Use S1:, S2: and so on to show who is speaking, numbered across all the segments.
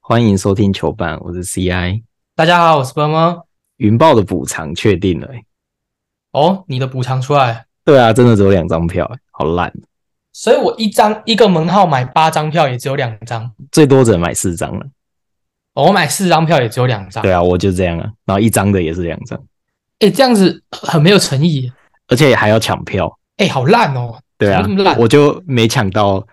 S1: 欢迎收听球板，我是 CI。
S2: 大家好，我是波波。
S1: 云豹的补偿确定了欸、
S2: 哦，你的补偿出来，
S1: 对啊，真的只有两张票欸、好烂，
S2: 所以我一张一个门号买八张票，也只有两张。
S1: 最多只能买四张了。
S2: 哦我买四张票，也只有两张。
S1: 对啊，我就这样啊，然后一张的也是两张，
S2: 哎，这样子很没有诚意耶。
S1: 而且还要抢票。
S2: 哎，好烂哦！
S1: 对啊
S2: 怎么这么，烂
S1: 我就没抢到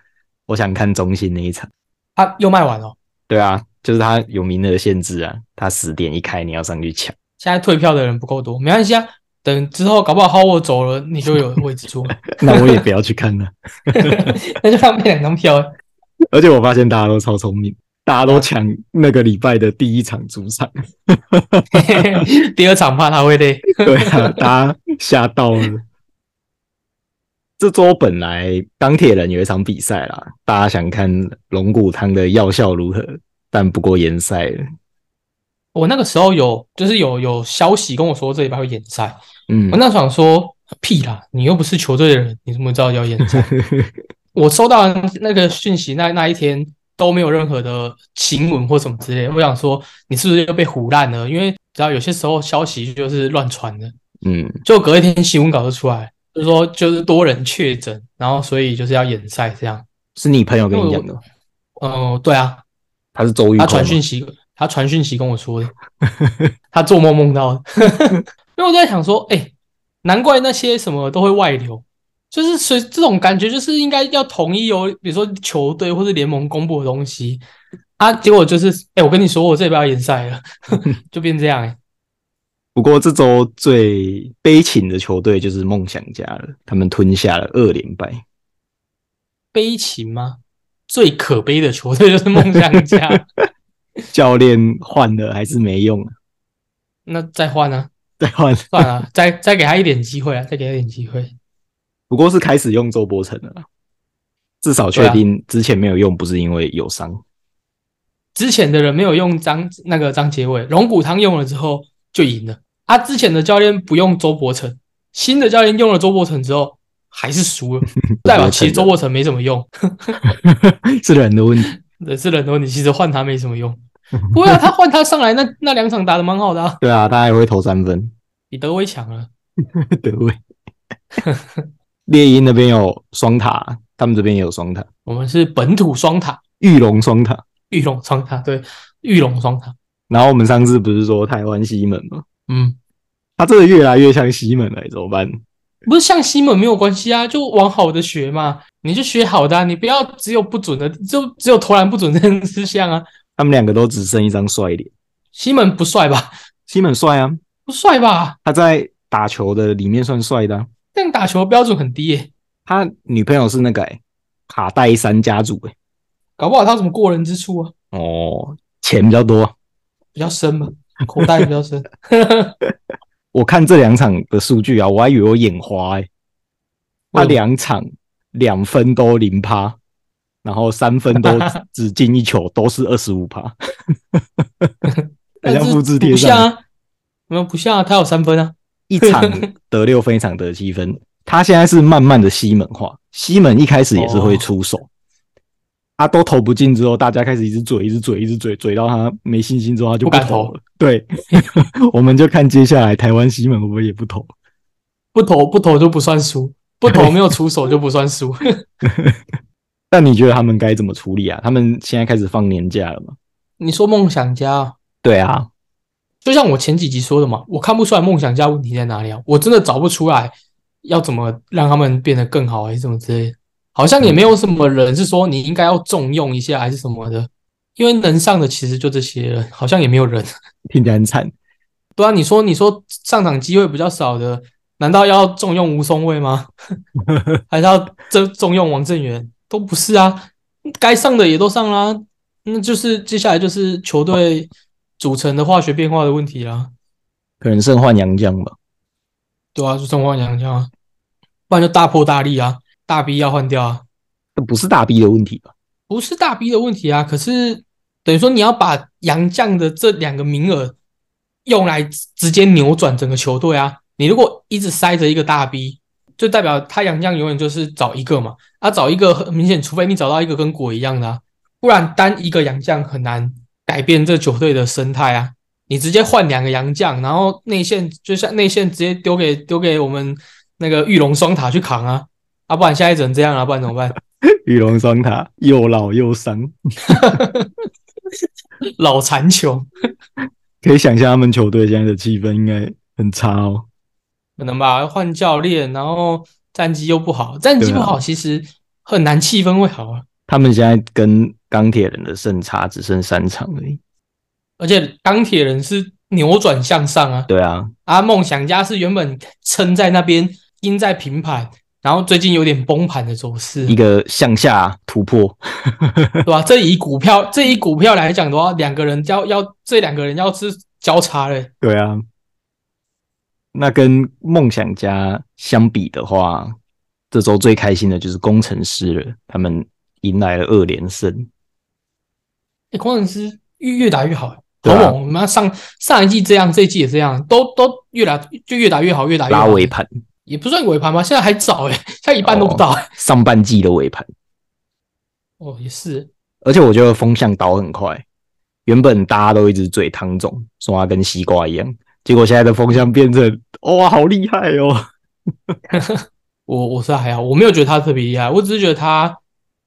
S1: 我想看中信那一场。
S2: 他啊又卖完了，
S1: 对啊，就是它有名额限制啊，它十点一开，你要上去 抢。
S2: 现在退票的人不够多，没关系啊。等之后搞不好 h o 我走了，你就有位置 坐了，
S1: 那我也不要去看了。
S2: 那就浪费两张票 了。
S1: 而且我发现大家都超聪明，大家都抢那个礼拜的第一场主场。
S2: 第二场怕他会累。
S1: 对啊，大家吓到了。这周本来钢铁人有一场比赛啦，大家想看龙骨汤的药效如何，但不过延赛了。
S2: 我那个时候有，就是有有消息跟我说这礼拜会演赛，
S1: 嗯
S2: 我，那时候想说屁啦，你又不是球队的人，你怎么知道要演赛？ 我收到那个讯息那那一天都没有任何的新闻或什么之类的，我想说你是不是又被唬烂了？因为只要有些时候消息就是乱传的，
S1: 嗯，
S2: 就隔一天新闻稿就出来，就说就是多人确诊，然后所以就是要演赛这样。
S1: 是你朋友跟你讲的吗，
S2: 嗯、对啊，
S1: 他是周玉
S2: 他
S1: 蔻
S2: 传讯
S1: 吗。
S2: 息，他传讯息跟我说的，他做梦梦到的。 因为我在想说，哎、难怪那些什么都会外流，就是所以这种感觉就是应该要统一由，比如说球队或是联盟公布的东西啊。结果就是，哎、我跟你说，我这边要联赛了， 就变这样、哎，
S1: 不过这周最悲情的球队就是梦想家了，他们吞下了二连败。
S2: 悲情吗？最可悲的球队就是梦想家，
S1: 教练换了还是没用、啊，
S2: 那再换啊，
S1: 再 换。
S2: 算了，再再给他一点机会啊，再给他一点机会。
S1: 不过是开始用周伯成了啦，至少
S2: 啊
S1: 确定之前没有用，不是因为有伤。
S2: 之前的人没有用张那个张杰伟，龙骨汤用了之后就赢了。啊，之前的教练不用周伯成，新的教练用了周伯成之后还是输了，代表其实周伯成没什么用，
S1: 是人的问题。
S2: 也是人多，你其实换他没什么用。不会啊，他换他上来那那两场打的蛮好的、啊，
S1: 对啊，他还会投三分。
S2: 比德威强了。
S1: 对位。 猎鹰那边有双塔，他们这边也有双塔，
S2: 我们是本土双塔，
S1: 玉龙双塔。
S2: 玉龙双塔，对，玉龙双塔，
S1: 然后我们上次不是说台湾西门吗？
S2: 嗯，
S1: 他真的越来越像西门了，怎么办？
S2: 不是像西门没有关系啊，就往好的学嘛，你就学好的、啊，你不要只有不准的，就只有投篮不准这件事项啊。
S1: 他们两个都只剩一张帅脸。
S2: 西门不帅吧？
S1: 西门帅啊，
S2: 不帅吧？
S1: 他在打球的里面算帅的啊、
S2: 这样打球标准很低耶、
S1: 他女朋友是那个、欸、卡戴珊家族、欸，
S2: 搞不好他有什么过人之处啊？
S1: 哦，钱比较多啊、
S2: 比较 深嘛，口袋比较深。
S1: 我看这两场的数据啊，我还以为我眼花哎、欸，他
S2: 为什么
S1: 两场两分都零趴，然后三分 都只进一球，都是二十五趴，很像复制
S2: 不
S1: 贴
S2: 像
S1: 上。
S2: 啊，没有不像啊，他有三分啊。
S1: 一场得六分，一场得七分。他现在是慢慢的西门化，西门一开始也是会出手，他都投不进之后，大家开始一直嘴，一直嘴，一直嘴，嘴到他没信心之后，他就
S2: 不敢
S1: 投
S2: 投
S1: 了。对， 我们就看接下来台湾西门会不会也不投。
S2: 不投不投就不算输，不投没有出手就不算输。
S1: 但你觉得他们该怎么处理啊？他们现在开始放年假了嘛？
S2: 你说梦想家、啊，
S1: 对啊，
S2: 就像我前几集说的嘛，我看不出来梦想家问题在哪里啊，我真的找不出来要怎么让他们变得更好还是什么之类的，好像也没有什么人是说你应该要重用一下还是什么的，因为能上的其实就这些人，好像也没有人。
S1: 听起来很惨。
S2: 对啊，你说你说上场机会比较少的，难道要重用吴松蔚吗？ 还是要重重用王正源？都不是啊，该上的也都上啦，那就是接下来就是球队组成的化学变化的问题啦。
S1: 可能剩换杨绛吧。
S2: 对啊，就中华洋将啊，不然就大破大立啊，大 B 要换掉啊，
S1: 这不是大 B 的问题吧？
S2: 不是大 B 的问题啊，可是等于说你要把洋将的这两个名额用来直直接扭转整个球队啊，你如果一直塞着一个大 B，就代表他洋将永远就是找一个嘛，啊找一个很明显，除非你找到一个跟果一样的、啊，不然单一个洋将很难改变这球队的生态啊。你直接换两个洋将，然后内线就像内线直接丢给丢给我们那个玉龙双塔去扛啊，啊，不然现在只能这样啊，不然怎么办？
S1: 玉龙双塔又老又伤，
S2: 老残穷，
S1: 可以想象他们球队现在的气氛应该很差哦。
S2: 可能吧，换教练，然后战绩又不好，战
S1: 啊
S2: 绩不好其实很难气氛会好啊。
S1: 他们现在跟钢铁人的胜差只剩三场而已。
S2: 而且钢铁人是扭转向上啊，
S1: 对啊，
S2: 啊，梦想家是原本撑在那边，赢在平盘，然后最近有点崩盘的走势
S1: 一，个向下突破，
S2: 对吧？这以股票这以股票来讲的话，两个人要要这两个人要是交叉了，
S1: 对啊。那跟梦想家相比的话，这周最开心的就是工程师了，他们迎来了二连胜。
S2: 欸、工程师越越打越好、
S1: 对
S2: 好
S1: 啊
S2: 猛！我们上上一季这样，这一季也这样，都都越打就越打越好，越打越
S1: 拉
S2: 好，
S1: 尾盘，
S2: 也不算尾盘吧，现在还早哎、欸，现在一半都不到欸、
S1: 上半季的尾盘，
S2: 哦，也是，
S1: 而且我觉得风向倒很快。原本大家都一直嘴汤总，说他跟西瓜一样，结果现在的风向变成哇，好厉害哦！
S2: 我我是还好，我没有觉得他特别厉害，我只是觉得他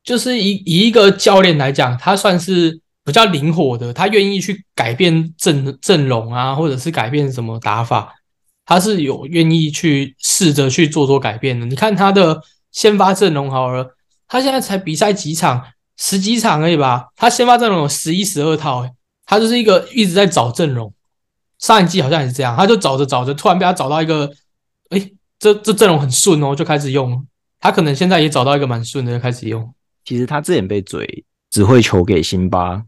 S2: 就是以以一个教练来讲，他算是比较灵活的，他愿意去改变阵阵容啊，或者是改变什么打法，他是有愿意去试着去做做改变的。你看他的先发阵容好了，他现在才比赛几场，十几场而已吧，他先发阵容有十一十二套、欸，他就是一个一直在找阵容。上一季好像也是这样，他就找着找着，突然被他找到一个，哎、这这阵容很顺哦，就开始用了。他可能现在也找到一个蛮顺的，就开始用。
S1: 其实他之前被嘴只会球给辛巴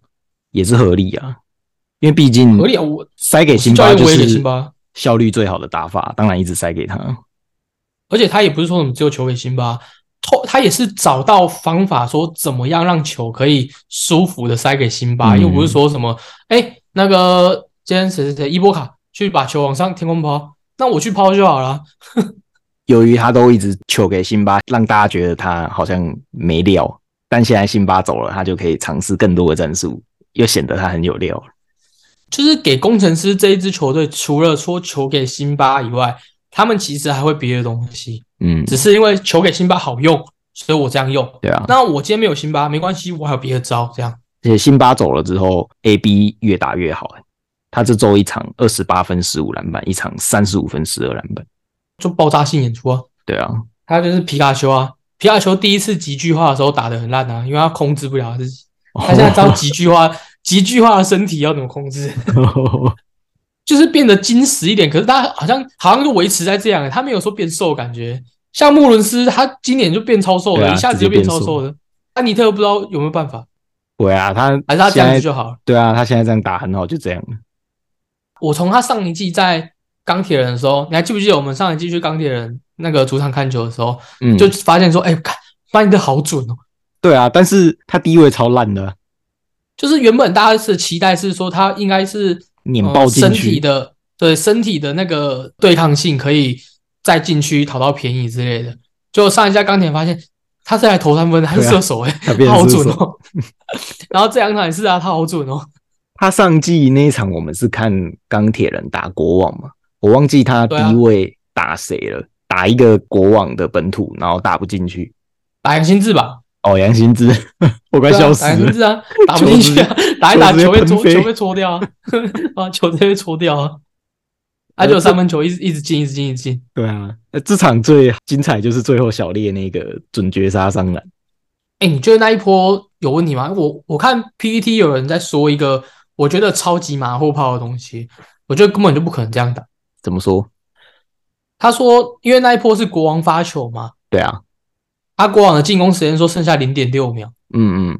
S1: 也是合理啊，因为毕竟
S2: 合理啊我
S1: 塞嗯给辛
S2: 我
S1: 巴
S2: 是教练
S1: 就
S2: 我也给
S1: 是
S2: 辛巴
S1: 效率最好的打法，当然一直塞给他。
S2: 而且他也不是说什么只有球给辛巴，透他也是找到方法，说怎么样让球可以舒服的塞给辛巴，
S1: 嗯
S2: 又不是说什么哎、诶那个今天谁谁谁伊波卡去把球往上天空抛，那我去抛就好了。
S1: 由于他都一直球给辛巴，让大家觉得他好像没料，但现在辛巴走了，他就可以尝试更多的战术，又显得他很有料。
S2: 就是给工程师这一支球队，除了说球给辛巴以外，他们其实还会别的东西，
S1: 嗯，
S2: 只是因为球给辛巴好用，所以我这样用。
S1: 对啊。
S2: 那我今天没有辛巴，没关系，我还有别的招，这样
S1: 而且辛巴走了之后，A B 越打越好，他这周一场二十八分十五篮板，一场三十五分十二篮板。
S2: 就爆炸性演出啊。
S1: 对啊，
S2: 还有就是皮卡丘啊，皮卡丘第一次极巨化的时候打得很烂啊，因为他控制不了他自己。他现在招极巨化， 极巨化的身体要怎么控制？ 就是变得精实一点，可是他好像好像就维持在这样，他没有说变瘦的感觉。像穆伦斯，他今年就变超瘦
S1: 对
S2: 了，
S1: 啊
S2: 一下子就变超瘦了。安妮特又不知道有没有办法，
S1: 对啊，他
S2: 还是他这样
S1: 现
S2: 子
S1: 在
S2: 就好了。
S1: 对啊，他现在这样打很好，就这样。
S2: 我从他上一季在钢铁人的时候，你还记不记得我们上一季去钢铁人那个主场看球的时候，
S1: 嗯，
S2: 就发现说，哎、看翻的好准哦。
S1: 对啊，但是他低位超烂的，
S2: 就是原本大家是期待是说他应该是
S1: 碾爆
S2: 呃、
S1: 进
S2: 身
S1: 去
S2: 体的对身体的那个对抗性可以在禁区讨到便宜之类的。就上一下钢铁发现他是来投三分的，他是
S1: 对啊
S2: 射手哎、
S1: 他变
S2: 他好
S1: 成射
S2: 准
S1: 手
S2: 哦。 然后这两场也是啊，他好准哦。
S1: 他上季那一场我们是看钢铁人打国王嘛，我忘记他
S2: 对啊
S1: 低位打谁了，打一个国王的本土，然后打不进去。
S2: 打杨心智吧，
S1: 哦，杨新之， 我快
S2: 对
S1: 笑
S2: 啊，
S1: 死
S2: 打杨心
S1: 了。
S2: 智啊，打不进去啊，打一打
S1: 球直接
S2: 球被
S1: 喷
S2: 戳
S1: 飞
S2: 球被戳掉啊， 啊球直接被戳掉啊，啊
S1: 呃
S2: 就
S1: 这
S2: 三分球一直一直进一直进一直进，
S1: 对啊，呃这场最精彩就是最后小烈那个准绝杀伤篮，
S2: 哎、你觉得那一波有问题吗？我我看 PPT 有人在说一个我觉得超级马后炮的东西，我觉得根本就不可能这样打。
S1: 怎么说？
S2: 他说，因为那一波是国王发球嘛，
S1: 对啊，
S2: 他国王的进攻时间说剩下零点六秒，
S1: 嗯嗯，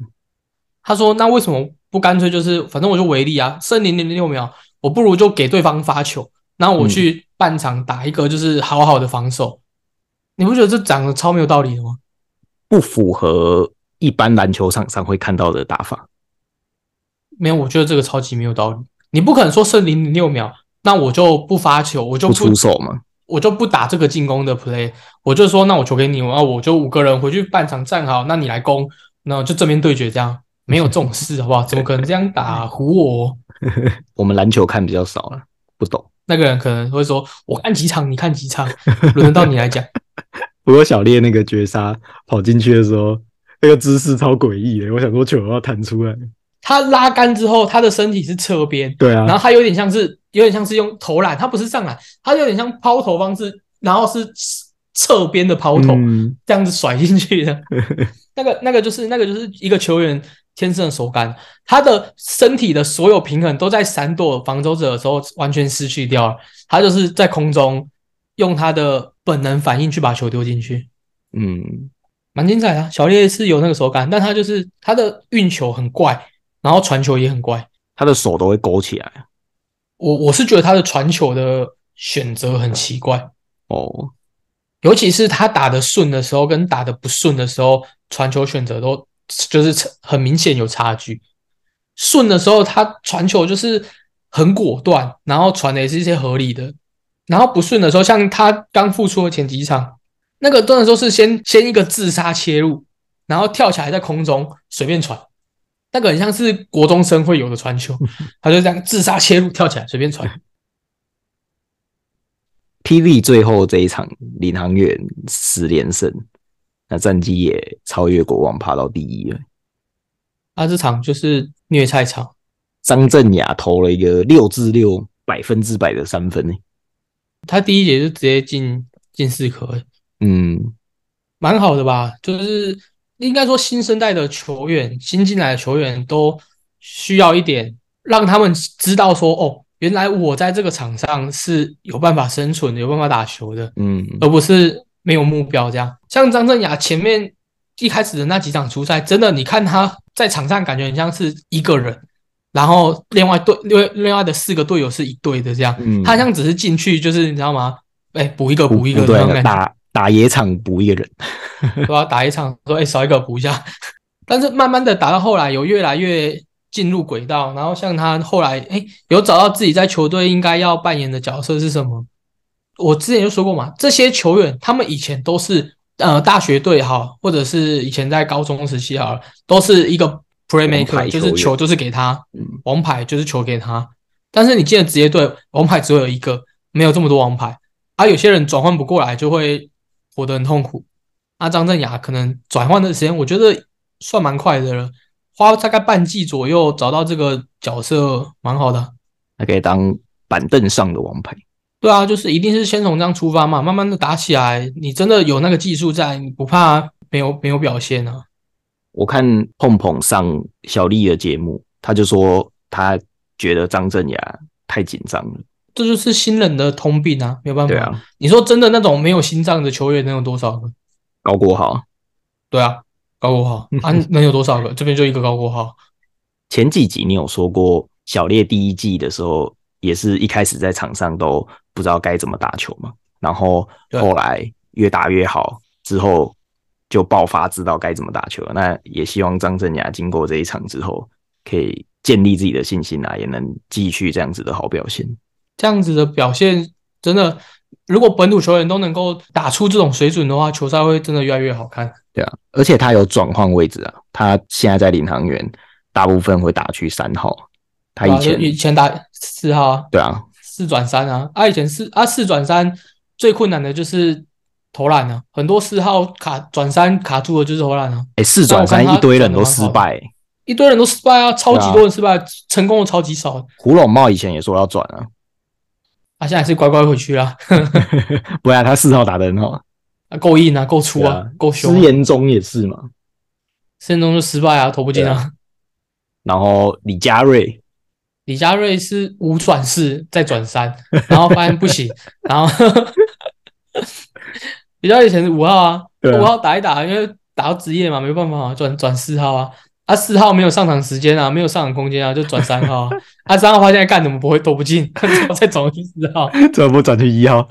S2: 他说那为什么不干脆就是反正我就违例啊，剩零点六秒，我不如就给对方发球，然后
S1: 嗯
S2: 我去半场打一个就是好好的防守，你不觉得这讲的超没有道理的吗？
S1: 不符合一般篮球场上会看到的打法。
S2: 没有，我觉得这个超级没有道理。你不可能说剩零点六秒，那我就不发球，我就
S1: 不出手嘛，
S2: 我就不打这个进攻的 play，我就啊说那我球给你，然后我就五个人回去半场站好，那你来攻，那就正面对决这样。没有重视，好不好？怎么可能这样打唬我？
S1: 我们篮球看比较少了，不懂。
S2: 那个人可能会说：“我看几场，你看几场，轮得到你来讲。
S1: 不过小烈那个绝杀跑进去的时候，那个姿势超诡异的，我想说球要弹出来。”
S2: 他拉杆之后，他的身体是侧边，
S1: 对
S2: 然后
S1: 啊，
S2: 他有点像是有点像是用投篮，他不是上篮，他有点像抛投方式，然后是侧边的抛投，
S1: 嗯
S2: 这样子甩进去的。那个那个就是那个就是一个球员天生的手感，他的身体的所有平衡都在闪躲防守者的时候完全失去掉了，他就是在空中用他的本能反应去把球丢进去，
S1: 嗯，
S2: 蛮精彩的啊。小烈是有那个手感，但他就是他的运球很怪，然后传球也很怪。
S1: 他的手都会勾起来
S2: 我我是觉得他的传球的选择很奇怪，
S1: 哦。
S2: 尤其是他打得顺的时候跟打得不顺的时候，传球选择都就是很明显有差距。顺的时候，他传球就是很果断，然后传的也是一些合理的。然后不顺的时候，像他刚复出的前几场，那个真的都是先先一个自杀切入，然后跳起来在空中随便传，那个很像是国中生会有的传球，他就这样自杀切入跳起来随便传。
S1: PV 最后这一场，领航员十连胜，那战绩也超越国王爬到第一了。
S2: 他啊这场就是虐菜场，
S1: 张镇雅投了一个六至六百分之百的三分呢、
S2: 他第一节就直接进进四颗，
S1: 嗯，
S2: 蛮好的吧？就是应该说新生代的球员，新进来的球员都需要一点让他们知道说，哦，原来我在这个场上是有办法生存的，有办法打球的，
S1: 嗯，
S2: 而不是没有目标这样。像张镇雅前面一开始的那几场初赛，真的你看他在场上感觉很像是一个人，然后另外队另另外的四个队友是一队的这样，
S1: 嗯
S2: 他像只是进去就是你知道吗？哎、补一个补一个
S1: 不嗯对
S2: 那种感觉，
S1: 打打野场补一个人，
S2: 对吧？打一场说哎、少一个补一下， 但是慢慢的打到后来有越来越。进入轨道，然后像他后来，哎，有找到自己在球队应该要扮演的角色是什么？我之前就说过嘛，这些球员他们以前都是呃大学队好，或者是以前在高中时期好了，都是一个
S1: 王
S2: playmaker，
S1: 牌
S2: 就
S1: 球员
S2: 是球就是给他
S1: 嗯，
S2: 王牌就是球给他。但是你进了职业队，王牌只会有一个，没有这么多王牌。啊，有些人转换不过来，就会活得很痛苦。啊，张镇雅可能转换的时间，我觉得算蛮快的了，花大概半季左右找到这个角色，蛮好的啊。
S1: 他可以当板凳上的王牌。
S2: 对啊，就是一定是先从这样出发嘛，慢慢的打起来。你真的有那个技术在，你不怕没有没有表现啊？
S1: 我看碰碰上小丽的节目，他就说他觉得张镇雅太紧张了。
S2: 这就是新人的通病啊，没有办法。
S1: 对啊，
S2: 你说真的那种没有心脏的球员能有多少个？
S1: 高国豪
S2: 对啊，高 国豪啊能有多少个？这边就一个高国豪，
S1: 前几集你有说过，小烈第一季的时候也是一开始在场上都不知道该怎么打球嘛，然后
S2: 对
S1: 后来越打越好，之后就爆发，知道该怎么打球了。那也希望张镇雅经过这一场之后，可以建立自己的信心啊，也能继续这样子的好表现。
S2: 这样子的表现真的，如果本土球员都能够打出这种水准的话，球赛会真的越来越好看。
S1: 对啊，而且他有转换位置啊，他现在在领航员，大部分会打去三号。他
S2: 对啊
S1: 以
S2: 就以
S1: 前
S2: 前打四号啊，
S1: 对啊，
S2: 四转三啊，啊以前四啊四转三最困难的就是投篮啊，很多四号卡转三卡住的就是投篮啊，
S1: 哎，四
S2: 但我
S1: 转
S2: 看
S1: 三
S2: 他
S1: 一堆人
S2: 转得
S1: 都
S2: 蛮
S1: 失
S2: 好的
S1: 败欸、
S2: 一堆人都失败啊，超级
S1: 对啊
S2: 多人失败，成功的超级少，
S1: 胡龙茂以前也说要转啊，
S2: 啊现在还是乖乖回去啦，
S1: 不啊然他四号打得很好，
S2: 啊够硬啊，够粗
S1: 对
S2: 啊
S1: 啊，
S2: 够
S1: 施
S2: 凶啊，
S1: 延中也是嘛，
S2: 申中就失败啊，投不进
S1: 对
S2: 啊，
S1: 然后李佳瑞，
S2: 李佳瑞是五转四再转三，然后发现不行，然后李佳瑞以前是五号啊，
S1: 对啊
S2: 五号打一打，因为打到职业嘛，没办法、啊，转转四号啊。啊，四号没有上场时间啊，没有上场空间啊，就转三号啊。啊，三号发现干怎么不会投不进，再转去四号，
S1: 怎么不转去一号？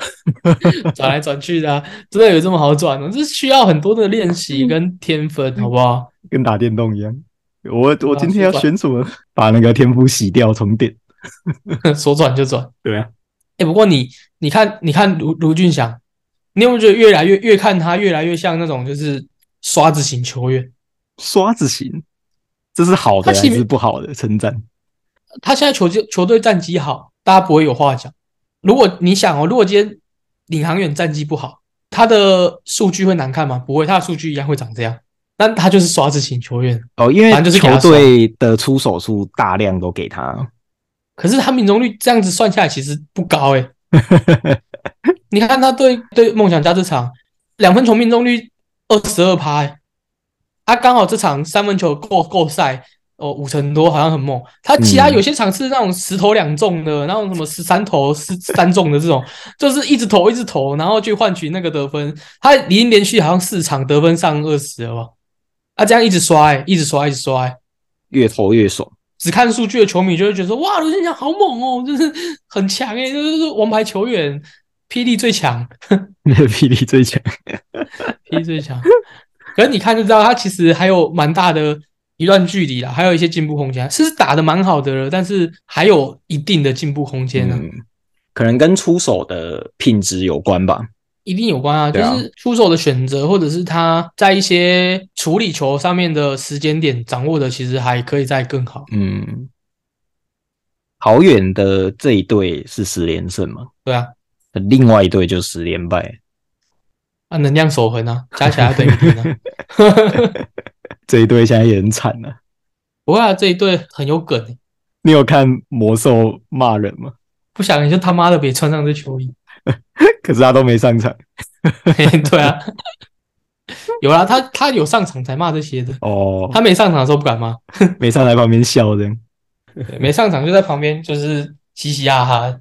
S2: 转来转去的、啊，真的有这么好转哦吗？这需要很多的练习跟天分，好不好？
S1: 跟打电动一样。我我
S2: 今天要选
S1: 什么？把那个天赋洗掉重点。
S2: 说转就转。
S1: 对啊，
S2: 哎、不过你你看你看卢卢俊祥，你有没有觉得越来越越看他越来越像那种就是刷子型球员？
S1: 刷子型，这是好的
S2: 他其
S1: 还
S2: 实
S1: 是不好的称赞？
S2: 他现在球队球队战绩好，大家不会有话讲。如果你想哦，如果今天领航员战绩不好，他的数据会难看吗？不会，他的数据一样会长这样。但他就是刷自己球员，
S1: 哦，因为
S2: 反正就是给
S1: 球
S2: 他
S1: 队的出手数大量都给他，
S2: 可是他命中率这样子算下来其实不高诶、你看他对对梦想家这场两分球命中率二十二趴，欸他刚好这场三分球够够赛哦五成多，好像很猛。他其他
S1: 嗯
S2: 有些场是那种十投两中的，那种什么十三投十三中的这种，就是一直投一直投，然后去换取那个得分。他已经连续好像四场得分上二十了吧？他、这样一直刷、欸，一直刷，一直刷、欸，
S1: 越投越 爽。
S2: 只看数据的球迷就会觉得说，哇，卢俊祥好猛哦，就是很强诶、就是王牌球员，霹雳最强，
S1: 霹雳最强，
S2: 霹雳最强。 可是你看就知道，他其实还有蛮大的一段距离啦，还有一些进步空间。是打的蛮好的了，但是还有一定的进步空间呢、啊
S1: 嗯，可能跟出手的品质有关吧。
S2: 一定有关啊，就
S1: 对啊
S2: 是出手的选择，或者是他在一些处理球上面的时间点掌握的，其实还可以再更好。
S1: 嗯，好远的这一队是十连胜嘛，
S2: 对啊，
S1: 另外一队就十连败，
S2: 啊，能量守恒啊，加起来等于零 啊。
S1: 这一队现在也很惨啊。
S2: 不过、啊、这一队很有梗、欸，
S1: 你有看魔兽骂人吗？
S2: 不想你就他妈的别穿上这球衣。
S1: 可是他都没上场
S2: 对啊，有啦，他他有上场才骂这些的，
S1: 哦，
S2: 他没上场的时候不敢骂，
S1: 没上来旁边笑这样。
S2: 对没上场就在旁边就是嘻嘻哈哈。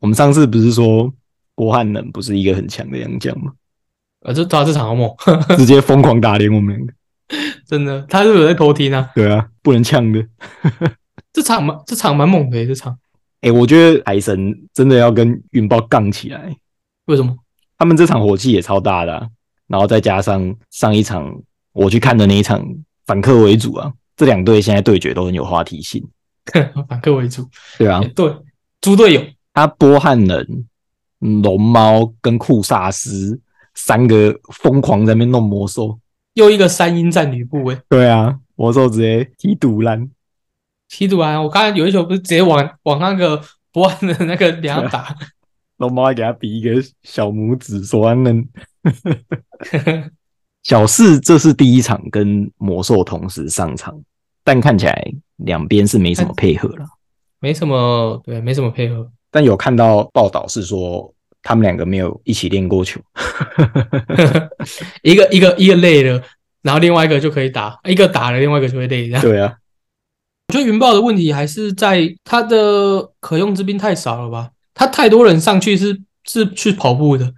S1: 我们上次不是说郭汉能不是一个很强的洋将吗？
S2: 呃，就抓这场好猛，
S1: 直接疯狂打脸我们两个。
S2: 真的，他是不是有在偷听啊？
S1: 对啊，不能呛的。
S2: 这场蛮这场蛮猛的、欸，这场
S1: 哎、我觉得海神真的要跟云豹杠起来。
S2: 为什么？
S1: 他们这场火气也超大的啊、然后再加上上一场我去看的那一场反客为主啊，这两队现在对决都很有话题性，
S2: 反客为主，
S1: 对啊
S2: 欸，对，猪队友，
S1: 他波汉人、嗯龙猫跟库萨斯三个疯狂在那边弄魔兽，
S2: 又一个三英战吕布、欸，
S1: 对啊，魔兽直接踢堵烂，
S2: 踢赌完，我刚才有一球不是直接往往那个 博安的那个脸上打，
S1: 龙猫还给他比一个小拇指，说安能。小四这是第一场跟魔兽同时上场，但看起来两边是没什么配合了。
S2: 没什么，对，没什么配合。
S1: 但有看到报道是说他们两个没有一起练过 球，
S2: 一个一个一个累了，然后另外一个就可以打，一个打了，另外一个就会累。这样，
S1: 对啊，
S2: 我觉得云豹的问题还是在他的可用之兵太少了吧？他太多人上去是是去跑步的，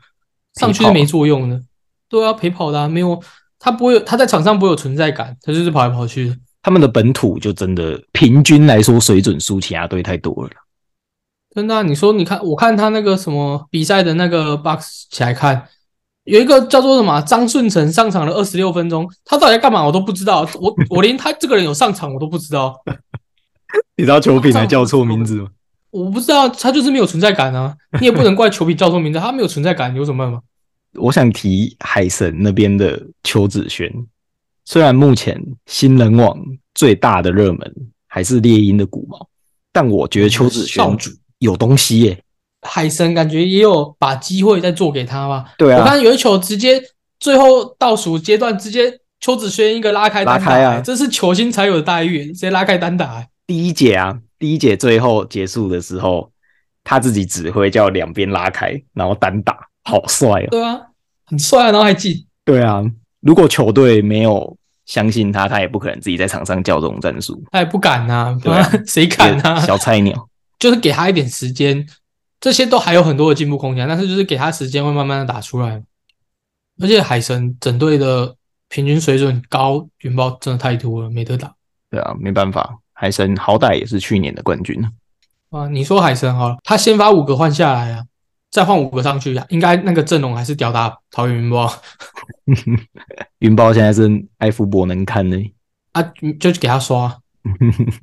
S2: 上去是没作用的，对啊，陪跑的、啊、没有，他不会有他在场上不会有存在感，他就是跑来跑去的。
S1: 他们的本土就真的平均来说水准输其他队太多了啦。
S2: 真的啊、你说你看，我看他那个什么比赛的那个 box 起来看，有一个叫做什么啊张顺成上场了二十六分钟，他到底在干嘛我都不知道，我我连他这个人有上场我都不知道。
S1: 你知道球品还叫错名字吗？
S2: 我不知道，他就是没有存在感啊！ 你也不能怪球皮叫错名字，他没有存在感，有什么办法？
S1: 我想提海神那边的邱子轩，虽然目前新人网最大的热门还是猎鹰的骨毛，但我觉得邱子轩
S2: 少主
S1: 有东西耶、
S2: 海神感觉也有把机会再做给他吧。
S1: 对啊
S2: 我，看有一球直接最后倒数阶段直接邱子轩一个拉开
S1: 拉
S2: 单打、
S1: 开啊
S2: 哎这是球星才有的待遇，直接拉开单打、哎
S1: 第一节啊，第一节最后结束的时候，他自己指挥叫两边拉开，然后单打，好帅哦。
S2: 对啊，很帅啊，然后还进。
S1: 对啊，如果球队没有相信他，他也不可能自己在场上叫这种战术。
S2: 他也哎不敢呐、
S1: 对啊
S2: 谁敢呐、
S1: 小菜鸟，
S2: 就是给他一点时间，这些都还有很多的进步空间，但是就是给他时间，会慢慢的打出来。而且海神整队的平均水准高，云豹真的太多了，没得打。
S1: 对啊，没办法，海神好歹也是去年的冠军。
S2: 啊，你说海神好了，他先发五个换下来啊，再换五个上去啊，应该那个阵容还是吊打桃园云豹
S1: 云豹现在是艾福伯能看呢，
S2: 啊，就给他刷啊、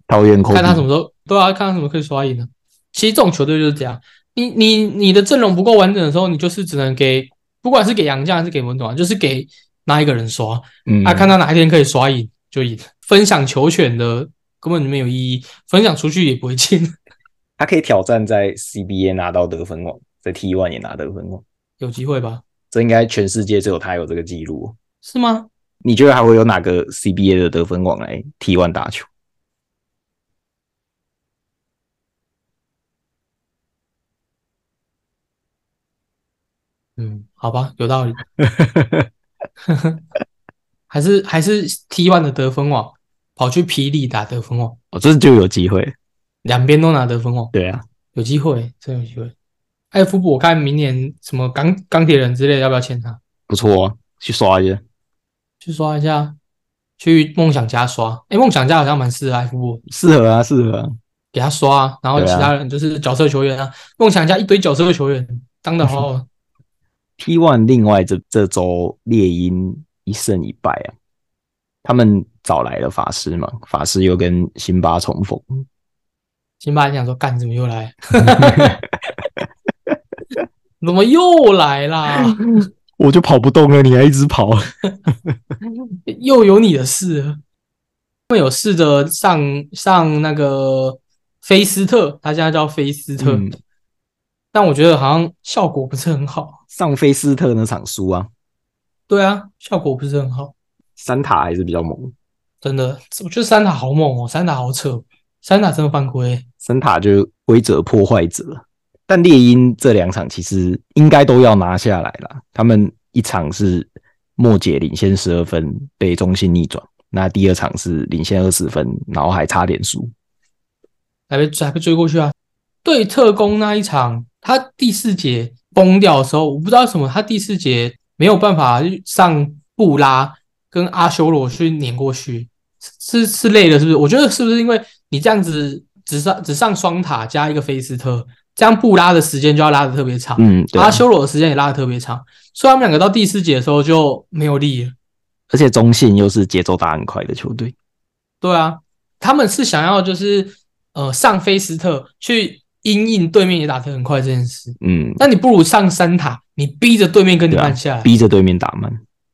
S1: 桃园口
S2: 看他什
S1: 底
S2: 么时候对啊，看他什么可以刷赢呢？其实这种球队就是这样，你你你的阵容不够完整的时候，你就是只能给，不管是给杨将还是给文总啊，就是给那一个人刷，
S1: 嗯，
S2: 啊，看他哪一天可以刷赢就赢。分享球权的根本没有意义，分享出去也不会进。
S1: 他可以挑战在 CBA 拿到得分王，在 T One 也拿得分王，
S2: 有机会吧？
S1: 这应该全世界只有他有这个记录哦。
S2: 是吗？
S1: 你觉得还会有哪个 CBA 的得分王来 T One 打球？
S2: 嗯，好吧，有 道理。还是还是 T one 的得分王跑去霹雳打得分王，
S1: 哦，这就有机会。
S2: 两边都拿得分王，
S1: 对啊，
S2: 有机会，真有机会。艾夫伯，我看明年什么钢钢铁人之类的要不要签他？
S1: 不错啊，去刷一下。
S2: 去刷一下，去梦想家刷。哎、梦想家好像蛮适合哎艾夫伯，
S1: 适合啊，适合啊。
S2: 给他刷、啊，然后
S1: 对
S2: 其
S1: 啊
S2: 他人就是角色球员啊。梦想家一堆角色球员，当
S1: 嗯
S2: 的好哦好的
S1: T One 另外这这周猎鹰一胜一败啊，他们找来了法师嘛，法师又跟辛巴重逢，
S2: 辛巴，你想说干怎么又来？ 怎么又来啦？
S1: 我就跑不动了，你还一直跑，
S2: 又有你的事了。他们有试着上上那个菲斯特，他现在叫菲斯特，
S1: 嗯
S2: 但我觉得好像效果不是很好。
S1: 上菲斯特那场输啊，
S2: 对啊，效果不是很好，
S1: 三塔还是比较猛，
S2: 真的。我觉得三塔好猛哦，三塔好扯，三塔真的犯规。
S1: 三塔就是规则破坏者，但猎鹰这两场其实应该都要拿下来啦，他们一场是莫姐领先十二分被中信逆转，那第二场是领先二十分，然后还差点输，
S2: 还被还被追过去啊！对特工那一场，他第四节崩掉的时候，我不知道为什么，他第四节没有办法上布拉跟阿修罗去碾过去，是是是累了，是不是？我觉得是不是因为你这样子只上只上双塔加一个菲斯特，这样布拉的时间就要拉的特别长，
S1: 嗯，对啊
S2: 阿修罗的时间也拉的特别长，所以他们两个到第四节的时候就没有力了。
S1: 而且中信又是节奏打很快的球队，
S2: 对啊，他们是想要就是呃上菲斯特去因应对面也打得很快这件事，
S1: 嗯，
S2: 那你不如上三塔，你逼着对面跟你
S1: 对啊
S2: 慢下来，
S1: 逼着对面打慢。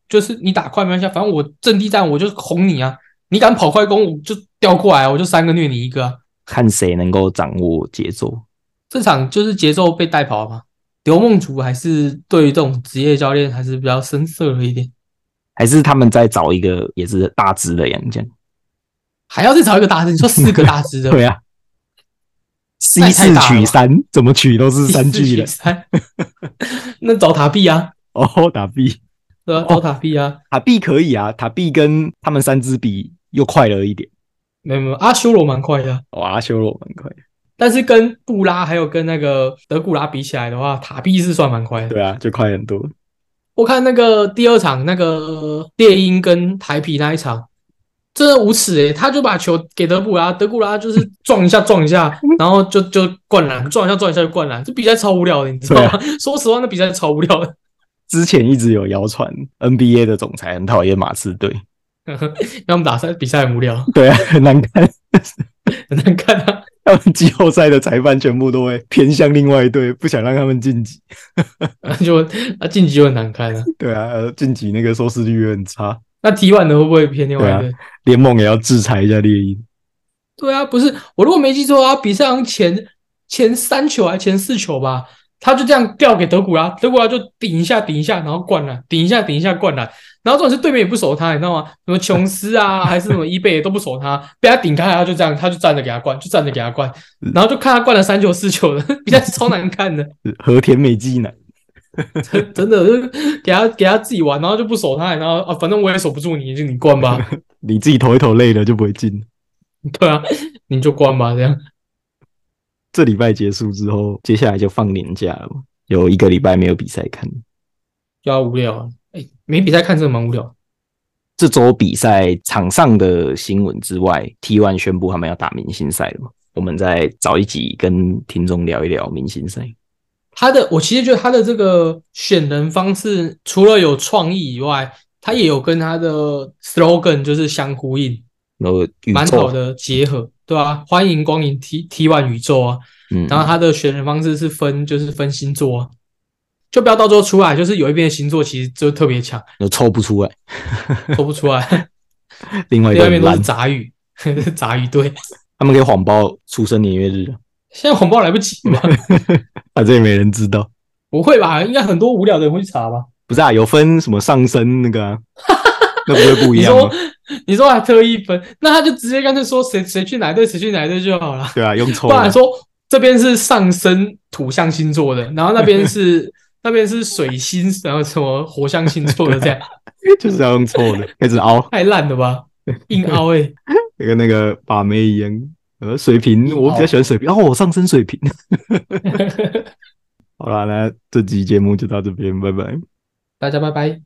S2: 就是你打快慢下，反正我阵地战我就哄你啊，你敢跑快攻我就调过来啊，我就三个虐你一个啊、
S1: 看谁能够掌握节奏。
S2: 这场就是节奏被带跑了嘛。刘梦竹还是对于这种职业教练还是比较深色了一点，
S1: 还是他们再找一个也是大只的洋将？
S2: 还要再找一个大师，你说四个大师 的，
S1: 对啊，C
S2: 那也太
S1: 四
S2: 大了吧
S1: 取三，怎么取都是
S2: 第
S1: 三
S2: 四
S1: 巨
S2: 取
S1: 人
S2: 三， 那找塔壁啊，
S1: 哦。打 B，
S2: 对
S1: 哦
S2: 啊，找塔壁啊。
S1: 塔 B 可以啊，塔 B 跟他们三支比又快了一点。
S2: 没有没有，阿修罗蛮快的啊，
S1: 哇、阿修罗蛮快的，
S2: 但是跟布拉还有跟那个德古拉比起来的话，塔比是算蛮快的。
S1: 对啊，就快很多。
S2: 我看那个第二场那个猎鹰跟台皮那一场，真的无耻诶、欸他就把球给德古拉，德古拉就是撞一下撞 一下，然后就就灌篮，撞一下撞一下就灌篮，这比赛超无聊的，你知道吗？
S1: 啊
S2: 说实话，那比赛超无聊的，
S1: 之前一直有谣传 NBA 的总裁很讨厌马刺队，
S2: 让我们打赛比赛很无聊，
S1: 对啊，很难看。
S2: 很难看啊。
S1: 他们季后赛的裁判全部都会偏向另外一队，不想让他们晋级。
S2: 就啊晋级就很难看啊。
S1: 对啊，呃晋级那个收视率也很差。
S2: 那 T one 的会不会偏另外一
S1: 对
S2: 队？
S1: 联盟也要制裁一下猎鹰。
S2: 对啊，不是我如果没记错啊，比赛好像前前三球还前四球吧，他就这样吊给德古拉，德古拉就顶一下顶一下，然后灌篮，顶一下顶一下灌篮，然后重点是对面也不守他，你知道吗？什么琼斯 啊，还是什么伊贝也都不守他，被他顶开，他就这样，他就站着给他灌，就站着给他灌，然后就看他灌了 三球四球的，比赛是超难看的，
S1: 和田美纪男，
S2: 真真的就是给他给他自己玩，然后就不守他，然后啊，反正我也守不住你，就你灌吧，
S1: 你自己投一投累了就不会进。
S2: 对啊，你就灌吧，这样。
S1: 这礼拜结束之后，接下来就放年假了嘛，有一个礼拜没有比赛看。
S2: 就要无聊啊。哎、没比赛看真的蛮无聊。
S1: 这周比赛场上的新闻之外，T One 宣布他们要打明星赛了嘛？我们再找一集跟听众聊一聊明星赛。
S2: 他的，我其实觉得他的这个选人方式，除了有创意以外，他也有跟他的 slogan 就是相呼应，
S1: 然后宇
S2: 蛮好
S1: 宙，
S2: 的结合，对吧、欢迎光临 T T One 宇宙啊。
S1: 嗯，
S2: 然后他的选人方式是分，就是分星座、啊，就不要到最后出来，就是有一边的星座其实就特别强，
S1: 又抽不出来，
S2: 抽不出来。
S1: 另外一
S2: 另外
S1: 个
S2: 一边都是
S1: 蓝，
S2: 杂鱼， 杂鱼队。
S1: 他们给谎报出生年月日，
S2: 现在谎报来不及吧？
S1: 反正也没人知道。
S2: 不会吧？应该很多无聊的人会去查吧？
S1: 不是啊，有分什么上升那个、 啊，那不就不一
S2: 你
S1: 样
S2: 说
S1: 吗？
S2: 你说还特意分，那他就直接干脆说谁谁去哪一队，谁去哪一队就好了。
S1: 对啊，用抽
S2: 不然说这边是上升土象星座的，然后那 边是那边是水星，然后什么火象星座的，这样
S1: 就是要用抽的，开始凹，
S2: 太烂了吧？硬凹哎、
S1: 跟那个把妹一样。呃，水瓶，我比较喜欢水瓶，哦，我上升水 瓶。好啦，那这集节目就到这边，拜拜。
S2: 大家拜拜。